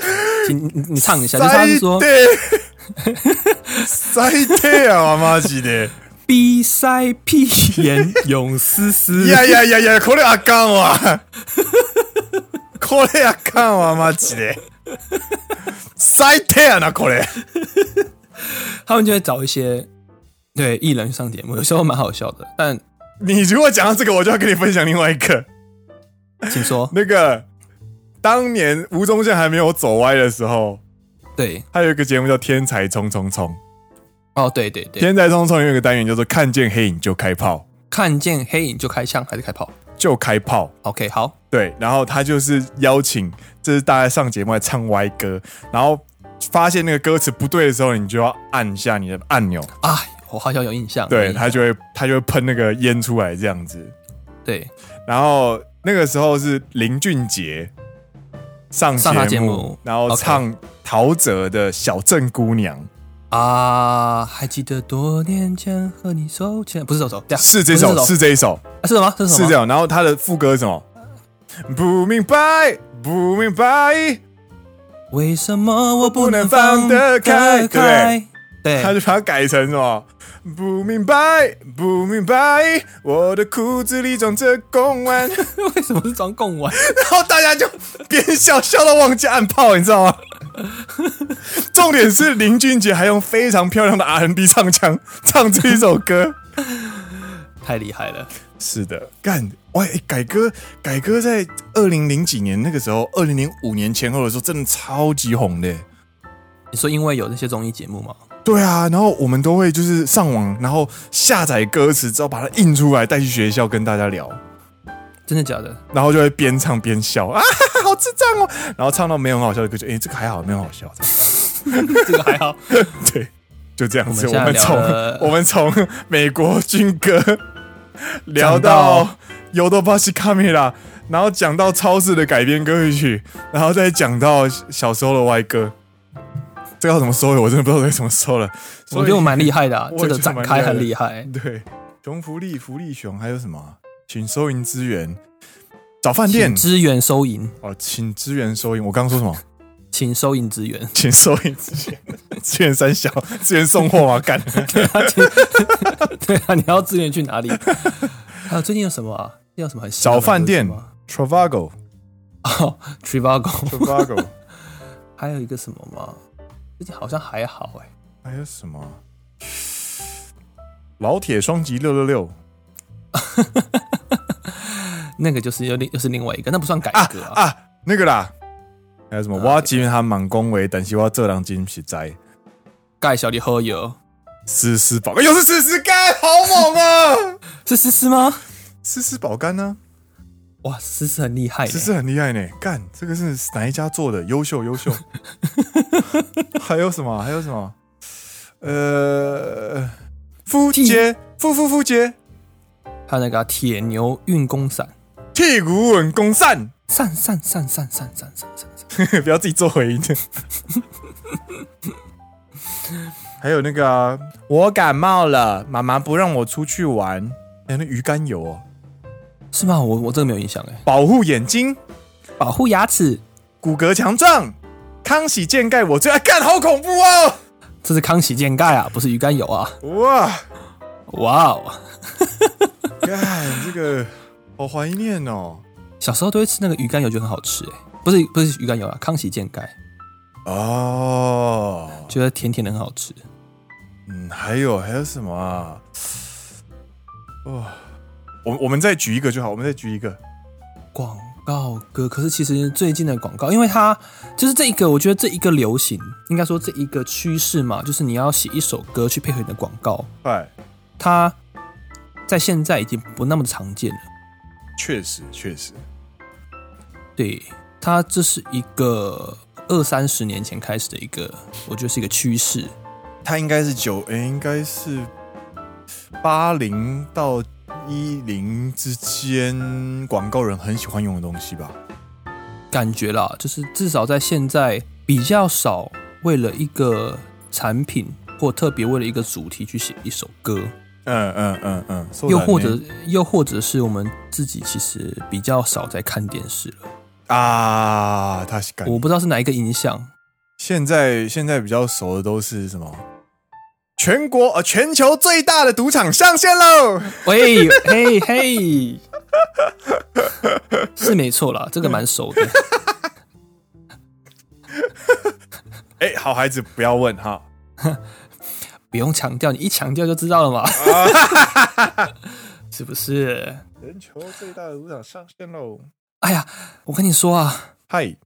[SPEAKER 2] 请你你你唱一下，就是他是说
[SPEAKER 1] 对， 塞对啊，マジで。
[SPEAKER 2] 比塞屁眼用丝 丝
[SPEAKER 1] い。やいやいやいや、これあかんわ。これあかんわ、マジで。最低やな、これ。
[SPEAKER 2] 他们就会找一些对艺人上节目，有时候蛮好笑的。但
[SPEAKER 1] 你如果讲到这个，我就要跟你分享另外一个。
[SPEAKER 2] 请说，
[SPEAKER 1] 那个，当年吴宗宪还没有走歪的时候，
[SPEAKER 2] 对
[SPEAKER 1] 他有一个节目叫《天才冲冲冲》。
[SPEAKER 2] 哦，对对
[SPEAKER 1] 《
[SPEAKER 2] 对，
[SPEAKER 1] 天才冲冲》有一个单元叫做“看见黑影就开炮
[SPEAKER 2] 看见黑影就开枪还是开炮？”
[SPEAKER 1] 就开炮。
[SPEAKER 2] OK，好，
[SPEAKER 1] 对，然后他就是邀请，这是大家上节目来唱歪歌，然后发现那个歌词不对的时候，你就要按下你的按钮，
[SPEAKER 2] 啊，我好像有印象。
[SPEAKER 1] 对，
[SPEAKER 2] 嗯
[SPEAKER 1] 他就会他就会喷那个烟出来这样子。
[SPEAKER 2] 对
[SPEAKER 1] 然后那个时候是林俊杰上节
[SPEAKER 2] 上他
[SPEAKER 1] 目，
[SPEAKER 2] 节目
[SPEAKER 1] 然后
[SPEAKER 2] OK
[SPEAKER 1] 唱陶喆的《小镇姑娘》，
[SPEAKER 2] 啊，还记得多年前和你手牵，不是这首，对啊
[SPEAKER 1] 是这
[SPEAKER 2] 不
[SPEAKER 1] 首，
[SPEAKER 2] 这
[SPEAKER 1] 是这一首，
[SPEAKER 2] 啊是什么？是什
[SPEAKER 1] 是
[SPEAKER 2] 么？
[SPEAKER 1] 这样。然后他的副歌是什么？不明白，不明白，
[SPEAKER 2] 为什么我不能
[SPEAKER 1] 放
[SPEAKER 2] 放
[SPEAKER 1] 得
[SPEAKER 2] 得
[SPEAKER 1] 开
[SPEAKER 2] 开？
[SPEAKER 1] 他
[SPEAKER 2] 对，
[SPEAKER 1] 就把它改成什么？不明白，不明白，我的裤子里装着公 丸。
[SPEAKER 2] 为什么是装贡丸？
[SPEAKER 1] 然后大家就边笑笑到忘记按炮，你知道吗？ 重点是林俊杰还用非常漂亮的 R&B 唱腔唱这一首歌。
[SPEAKER 2] 太厉害了！
[SPEAKER 1] 是的，干喂、欸改歌改歌在二零零几年那个时候，二零零五年前后的时候，真的超级红的、
[SPEAKER 2] 你说因为有那些综艺节目吗？
[SPEAKER 1] 对啊，然后我们都会就是上网，然后下载歌词之后把它印出来带去学校跟大家聊，
[SPEAKER 2] 真的假的？
[SPEAKER 1] 然后就会边唱边笑啊，好智障哦！然后唱到没有很好笑的歌就，哎、这个还好，没有很好笑。
[SPEAKER 2] 这个还 好。
[SPEAKER 1] 对，就这样子。我
[SPEAKER 2] 我们
[SPEAKER 1] 们
[SPEAKER 2] 现在
[SPEAKER 1] 从
[SPEAKER 2] 聊了
[SPEAKER 1] 我们从美国军歌聊
[SPEAKER 2] 讲到
[SPEAKER 1] 到《尤多巴西卡米拉》，然后讲到超市的改编歌曲，然后再讲到小时候的歪歌。这个要怎么收尾？我真的不知道该怎么收了。
[SPEAKER 2] 我
[SPEAKER 1] 所
[SPEAKER 2] 觉
[SPEAKER 1] 以
[SPEAKER 2] 得我蛮厉害的、啊，
[SPEAKER 1] 我也
[SPEAKER 2] 这个
[SPEAKER 1] 觉得
[SPEAKER 2] 展
[SPEAKER 1] 蛮
[SPEAKER 2] 开很
[SPEAKER 1] 厉
[SPEAKER 2] 厉害。
[SPEAKER 1] 对，熊福利、福利熊，还有什么啊？请收银支援，找饭店
[SPEAKER 2] 请支援收银，
[SPEAKER 1] 哦，请支援收银。我刚刚说什么？。
[SPEAKER 2] 请收银支 援
[SPEAKER 1] 请收银支援， 支援三小，支援送货吗？啊干，
[SPEAKER 2] 对啊，你要支援去 哪里？还有最近有什么啊？叫什么很新的
[SPEAKER 1] 找饭店
[SPEAKER 2] 歌是吗
[SPEAKER 1] ，Travago，Travago。
[SPEAKER 2] 哦 t r i v a g o
[SPEAKER 1] Travago
[SPEAKER 2] 还有一个什么吗？最近好像还好哎、
[SPEAKER 1] 还有什么？啊老铁双击六六六
[SPEAKER 2] 那个就是又另又是另外一个，那不算改
[SPEAKER 1] 啊
[SPEAKER 2] 革啊。
[SPEAKER 1] 啊，那个啦，还有什么？
[SPEAKER 2] 啊
[SPEAKER 1] 我今他满恭维，但是我这人真实在
[SPEAKER 2] 盖小李喝油
[SPEAKER 1] 思思宝，又是思思干，好猛啊！
[SPEAKER 2] 是思思吗？
[SPEAKER 1] 思思宝干呢？
[SPEAKER 2] 哇，思思很厉害、
[SPEAKER 1] 思
[SPEAKER 2] 欸。
[SPEAKER 1] 思很厉害呢，干这个是哪一家做的？优秀优 秀。还有什么？还有什么？呃，夫杰，夫夫夫杰，
[SPEAKER 2] 还有那个啊铁牛运功伞，
[SPEAKER 1] 屁股稳功散。
[SPEAKER 2] 散散散散散散散散 散。
[SPEAKER 1] 不要自己做回音。 还有那个啊、我感冒了，妈妈不让我出去玩。还有哎那鱼肝油哦，
[SPEAKER 2] 是吗？我我这个没有印象哎、
[SPEAKER 1] 保护眼睛，
[SPEAKER 2] 保护牙齿，
[SPEAKER 1] 骨骼强壮。康熙健钙，我最爱干，好恐怖哦！
[SPEAKER 2] 这是康熙健钙啊，不是鱼肝油啊！
[SPEAKER 1] 哇，
[SPEAKER 2] 哇哦，
[SPEAKER 1] 干这个好怀念哦。
[SPEAKER 2] 小时候都会吃那个鱼肝油，就很好吃哎、不是不是鱼肝油啊，康熙健钙，
[SPEAKER 1] 哦，
[SPEAKER 2] 觉得甜甜的很好吃。
[SPEAKER 1] 嗯，还有还有什么啊？哦，我我们再举一个就好，我们再举一个。
[SPEAKER 2] 广告歌，可是其实最近的广告，因为它就是这一个，我觉得这一个流行，应该说这一个趋势嘛，就是你要写一首歌去配合你的广告，
[SPEAKER 1] 快，
[SPEAKER 2] 它在现在已经不那么常见了。
[SPEAKER 1] 确实确实，
[SPEAKER 2] 对，它这是一个二三十年前开始的一个，我觉得是一个趋势。
[SPEAKER 1] 他应该是九，诶，应该是八零到一零之间，广告人很喜欢用的东西吧？
[SPEAKER 2] 感觉啦，就是至少在现在比较少为了一个产品或特别为了一个主题去写一首歌，
[SPEAKER 1] 嗯嗯嗯嗯，そうだ
[SPEAKER 2] 又
[SPEAKER 1] ね
[SPEAKER 2] 或者又或者是我们自己其实比较少在看电视了。
[SPEAKER 1] 啊，他是感
[SPEAKER 2] 我不知道是哪一个影响，
[SPEAKER 1] 现在现在比较熟的都是什么？全国呃，全球最大的赌场上线喽！
[SPEAKER 2] 喂嘿嘿，是没错啦，这个蛮熟的。
[SPEAKER 1] 哎、好孩子不要问哈。
[SPEAKER 2] 不用强调，你一强调就知道了嘛， 是不是？
[SPEAKER 1] 全球最大的赌场上线喽！
[SPEAKER 2] 哎呀，我跟你说啊，
[SPEAKER 1] 嗨，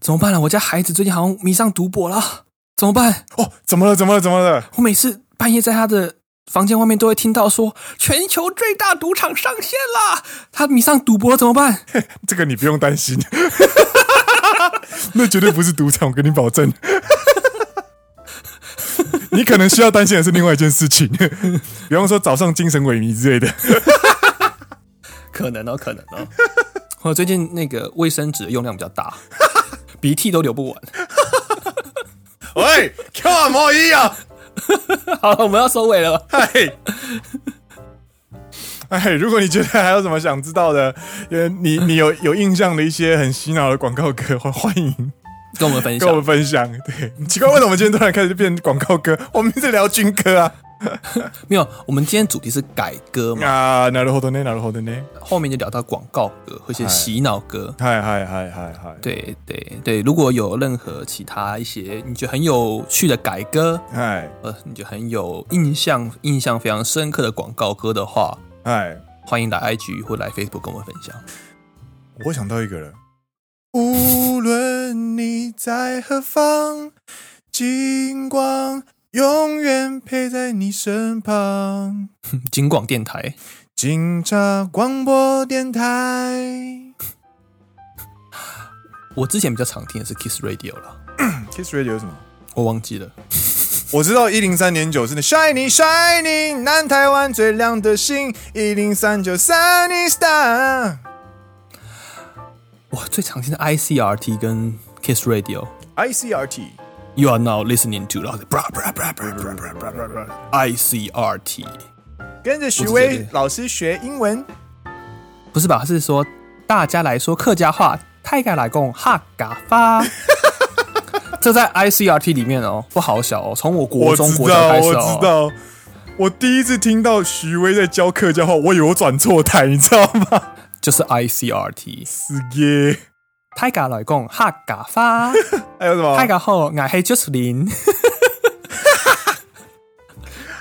[SPEAKER 2] 怎么办啊了、我家孩子最近好像迷上赌博了，怎么办？
[SPEAKER 1] 哦，怎么了？怎么了？怎么了？
[SPEAKER 2] 我每次半夜在他的房间外面都会听到说全球最大赌场上线啦，他迷上赌博了怎么办？
[SPEAKER 1] 这个你不用担 心，那绝对不是赌场，我跟你保证。 你可能需要担心的是另外一件事情， 比方说早上精神萎靡之类的。
[SPEAKER 2] 可能哦，可能哦。 我最近那个卫生纸的用量比较大， 鼻涕都流不完。
[SPEAKER 1] 喂，干嘛一样？
[SPEAKER 2] 好了，我们要收 尾了吧。
[SPEAKER 1] 嗨，哎，如果你觉得还有什么想知道的，呃，你你有有印象的一些很洗脑的广告歌， 欢欢迎
[SPEAKER 2] 跟我们分
[SPEAKER 1] 跟我
[SPEAKER 2] 享
[SPEAKER 1] 们。分享。对，奇怪，为什么今天突然开始变广告歌？ 我们一直聊军歌啊。
[SPEAKER 2] 没有，我们今天主题是改歌嘛，
[SPEAKER 1] 啊，なるほどね，なるほどね。
[SPEAKER 2] 后面就聊到广告歌和一些
[SPEAKER 1] 哎
[SPEAKER 2] 洗脑歌。
[SPEAKER 1] 嗨嗨嗨嗨嗨。
[SPEAKER 2] 对对对，如果有任何其他一些你觉得很有趣的改歌，
[SPEAKER 1] 嗨
[SPEAKER 2] 呃，你觉得很有印象、印象非常深刻的广告歌的话，
[SPEAKER 1] 嗨，
[SPEAKER 2] 欢迎来 IG 或来 Facebook 跟我们分享。
[SPEAKER 1] 我想到一个了。无论你在何方，金光永远陪在你身旁。
[SPEAKER 2] 金广电台，
[SPEAKER 1] 警察广播电台
[SPEAKER 2] 我之前比较常听的是 Kiss Radio 了，
[SPEAKER 1] ，Kiss Radio 有什么？
[SPEAKER 2] 我忘记了。
[SPEAKER 1] 我知道一零三点九是那 Shining Shining 南台湾最亮的星，一零三九 Sunny Star。
[SPEAKER 2] 我最常听的 ICRT 跟 Kiss Radio。
[SPEAKER 1] ICRT
[SPEAKER 2] You are now listening to 然后就 bra bra bra bra bra bra bra bra bra ICRT，
[SPEAKER 1] 跟着许
[SPEAKER 2] 我只
[SPEAKER 1] 巍
[SPEAKER 2] 觉得
[SPEAKER 1] 老师学英文，
[SPEAKER 2] 不是吧？是说大家来说客家话，泰嘎来共哈嘎 发。这在 ICRT 里面哦，不好小哦，从我国中国小开始哦。
[SPEAKER 1] 道。我第一次听到许巍在教客家话，我以为我转错台，你知道吗？
[SPEAKER 2] 就是 ICRT，
[SPEAKER 1] 是耶。
[SPEAKER 2] 泰嘎来共哈嘎发，
[SPEAKER 1] 还有什么
[SPEAKER 2] 泰？嘎后我黑 j u s t i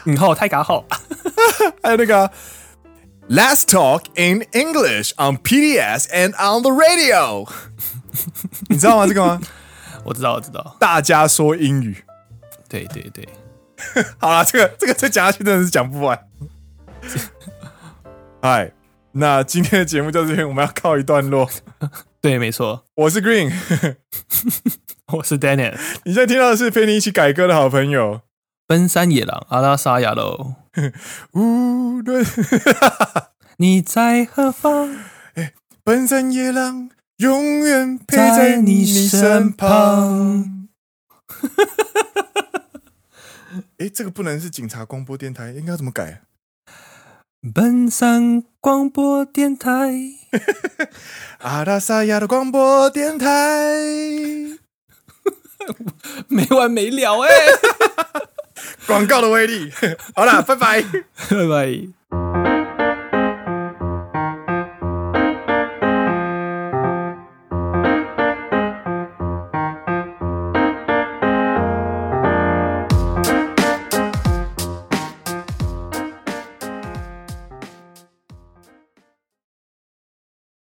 [SPEAKER 2] 然后泰嘎后，
[SPEAKER 1] 还有那个 Let's talk in English on PDS and on the radio，你知道吗？这个吗？
[SPEAKER 2] 我知道我知道，
[SPEAKER 1] 大家说英语。
[SPEAKER 2] 对对对，
[SPEAKER 1] 好啦，这个这个再讲下去真的是讲不完。 嗨，那今天的节目到这边，我们要告一段落。
[SPEAKER 2] 对没错，
[SPEAKER 1] 我是 Green，
[SPEAKER 2] 我是 Daniel。
[SPEAKER 1] 你现在听到的是陪你一起改歌的好朋友。
[SPEAKER 2] 奔山野狼阿拉萨亚喽，
[SPEAKER 1] 无论
[SPEAKER 2] 你在何方？
[SPEAKER 1] 奔山野狼，永远陪在你身 旁。哎，这个不能是警察广播电台，应该要怎么改？啊
[SPEAKER 2] 奔山广播电台，
[SPEAKER 1] 阿拉萨亚的广播电台，
[SPEAKER 2] 没完没了哎、
[SPEAKER 1] 广告的威力。好啦，拜拜。
[SPEAKER 2] 拜拜。